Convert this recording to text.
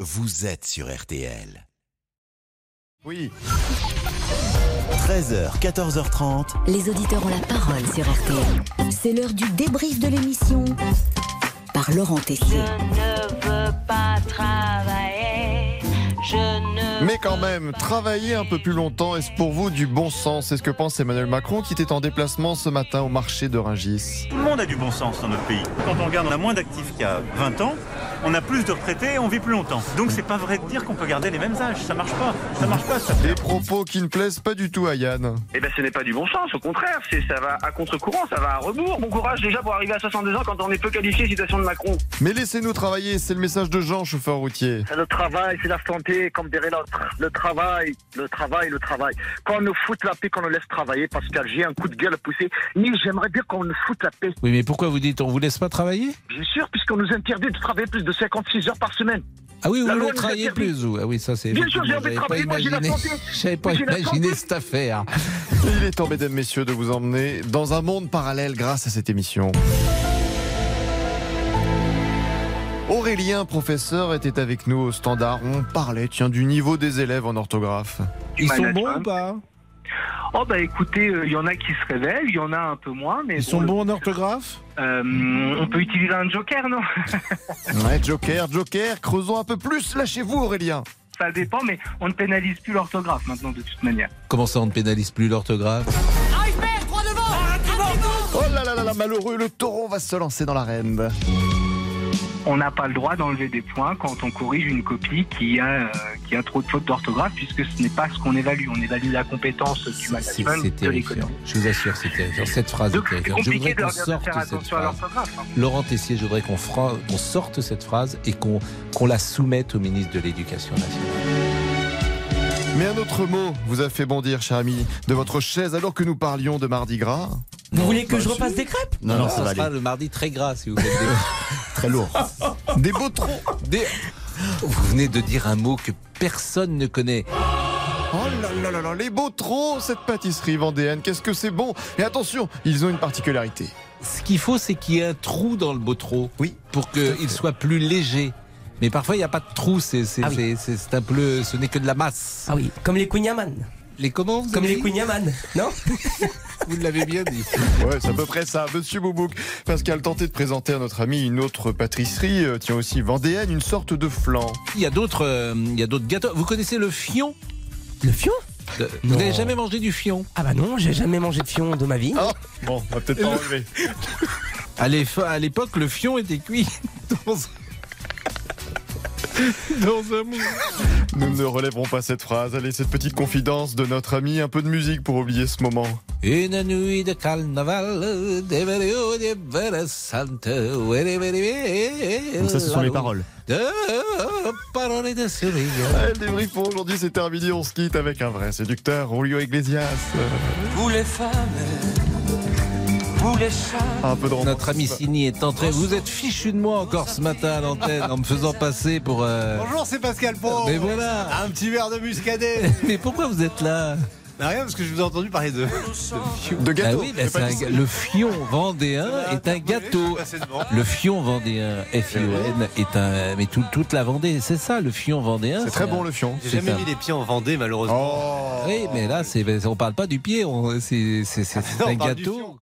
vous êtes sur RTL. Oui. 13h, 14h30. Les auditeurs ont la parole sur RTL. C'est l'heure du débrief de l'émission par Laurent Je Tessier. ne veux pas travailler. Je ne. Mais quand même, travailler un peu plus longtemps, est-ce pour vous du bon sens C'est ce que pense Emmanuel Macron qui était en déplacement ce matin au marché de Rungis. Tout le monde a du bon sens dans notre pays. Quand on regarde, on a moins d'actifs qu'il y a 20 ans, on a plus de retraités et on vit plus longtemps. Donc c'est pas vrai de dire qu'on peut garder les mêmes âges, ça marche pas. Ça marche pas, ça Des propos qui ne plaisent pas du tout à Yann. Eh ben, ce n'est pas du bon sens, au contraire, c'est ça va à contre-courant, ça va à rebours. Bon courage déjà pour arriver à 62 ans quand on est peu qualifié, citation de Macron. Mais laissez-nous travailler, c'est le message de Jean, chauffeur routier. Le travail, c'est la santé, comme dirait l'autre. Le travail, le travail, le travail. Qu'on nous foute la paix, qu'on nous laisse travailler, parce que j'ai un coup de gueule poussé. Mais j'aimerais dire qu'on nous foute la paix. Oui, mais pourquoi vous dites on vous laisse pas travailler Bien sûr, puisqu'on nous interdit de travailler plus de 56 heures par semaine. Ah oui, vous La loi voulez nous travailler interdit. plus vous Ah oui, ça c'est. Bien sûr, j'ai envie de j'avais pas travailler, moi, j'ai la imaginé, santé. j'avais pas Mais j'ai la imaginé santé. cette affaire. Il est temps, mesdames, messieurs, de vous emmener dans un monde parallèle grâce à cette émission. Aurélien, professeur, était avec nous au standard. On parlait, tiens, du niveau des élèves en orthographe. Ils sont management. bons ou pas Oh ben, bah écoutez, euh, il y en a qui se révèlent, il y en a un peu moins, mais Ils bon, sont le- bons en orthographe euh, on peut utiliser un joker, non Ouais, Joker, Joker, creusons un peu plus. Lâchez-vous, Aurélien. Ça dépend, mais on ne pénalise plus l'orthographe maintenant de toute manière. Comment ça on ne pénalise plus l'orthographe Oh là là là là, malheureux, le taureau va se lancer dans l'arène. On n'a pas le droit d'enlever des points quand on corrige une copie qui a euh, qui a trop de fautes d'orthographe, puisque ce n'est pas ce qu'on évalue. On évalue la compétence du C'est- C'est management, c'est de terrifiant. l'économie. Je vous assure, c'est terrifiant. Cette phrase est Donc c'est terrifiante. Je voudrais compliqué de qu'on leur dire de sorte faire cette attention à phrase. l'orthographe. hein. Laurent Tessier, je voudrais qu'on fra- qu'on sorte cette phrase et qu'on qu'on la soumette au ministre de l'Éducation nationale. Mais un autre mot vous a fait bondir, cher ami, de votre chaise alors que nous parlions de Mardi Gras. Vous voulez que pas je sûr. repasse des crêpes Non, non, ça va sera le mardi très gras si vous faites des Très lourd. Des beaux troncs. Des- Vous venez de dire un mot que personne ne connaît. Oh là là là là, les beaux troncs, cette pâtisserie vendéenne, qu'est-ce que c'est bon. Et attention, ils ont une particularité. Ce qu'il faut, c'est qu'il y ait un trou dans le botreau Oui. pour qu'il soit plus léger. Mais parfois, il n'y a pas de trou. C'est c'est- Ah oui. c'est- c'est- c'est un peu, ce n'est que de la masse. Ah oui, comme les Kunyaman. Les comment vous Comme avez les dit Kunyaman, non Vous l'avez bien dit. Ouais, c'est à peu près ça, monsieur Boubouk. Pascal tentait de présenter à notre ami une autre pâtisserie, euh, tiens aussi vendéenne, une sorte de flan. Il y a d'autres, euh, il y a d'autres gâteaux. Vous connaissez le fion Le fion De- Vous n'avez jamais mangé du fion Ah bah non, j'ai jamais mangé de fion de ma vie. Ah, bon, on va peut-être pas enlever. À l'eff- à l'époque, le fion était cuit dans un- dans un moule. Nous ne relèverons pas cette phrase. Allez, cette petite confidence de notre ami, un peu de musique pour oublier ce moment. Une nuit de carnaval, des vélos, des belles santes, ça, ce sont les paroles. De paroles et de sourires. Allez, le débrief pour aujourd'hui, c'est terminé. On se quitte avec un vrai séducteur, Julio Iglesias. Vous les femmes, vous les femmes. Un peu de romance. Notre ami Sini est entré. Vous êtes fichu de moi encore ce matin à l'antenne en me faisant passer pour. euh, Bonjour, Ah. c'est Pascal Pro. Mais voilà. Un petit verre de muscadet. Mais pourquoi vous êtes là Non, rien, parce que je vous ai entendu parler de. de Ah gâteau. oui, bah, c'est un- le fion vendéen est un gâteau. Le fion vendéen, F-I-O-N, est un. Mais tout- toute la Vendée, c'est ça, le fion vendéen. C'est très un- bon le fion. J'ai C'est jamais un- mis les pieds en Vendée, malheureusement. Oh. Oui, mais là, c'est- on parle pas du pied, on- c'est c'est- c'est Non, un on parle du gâteau. fion.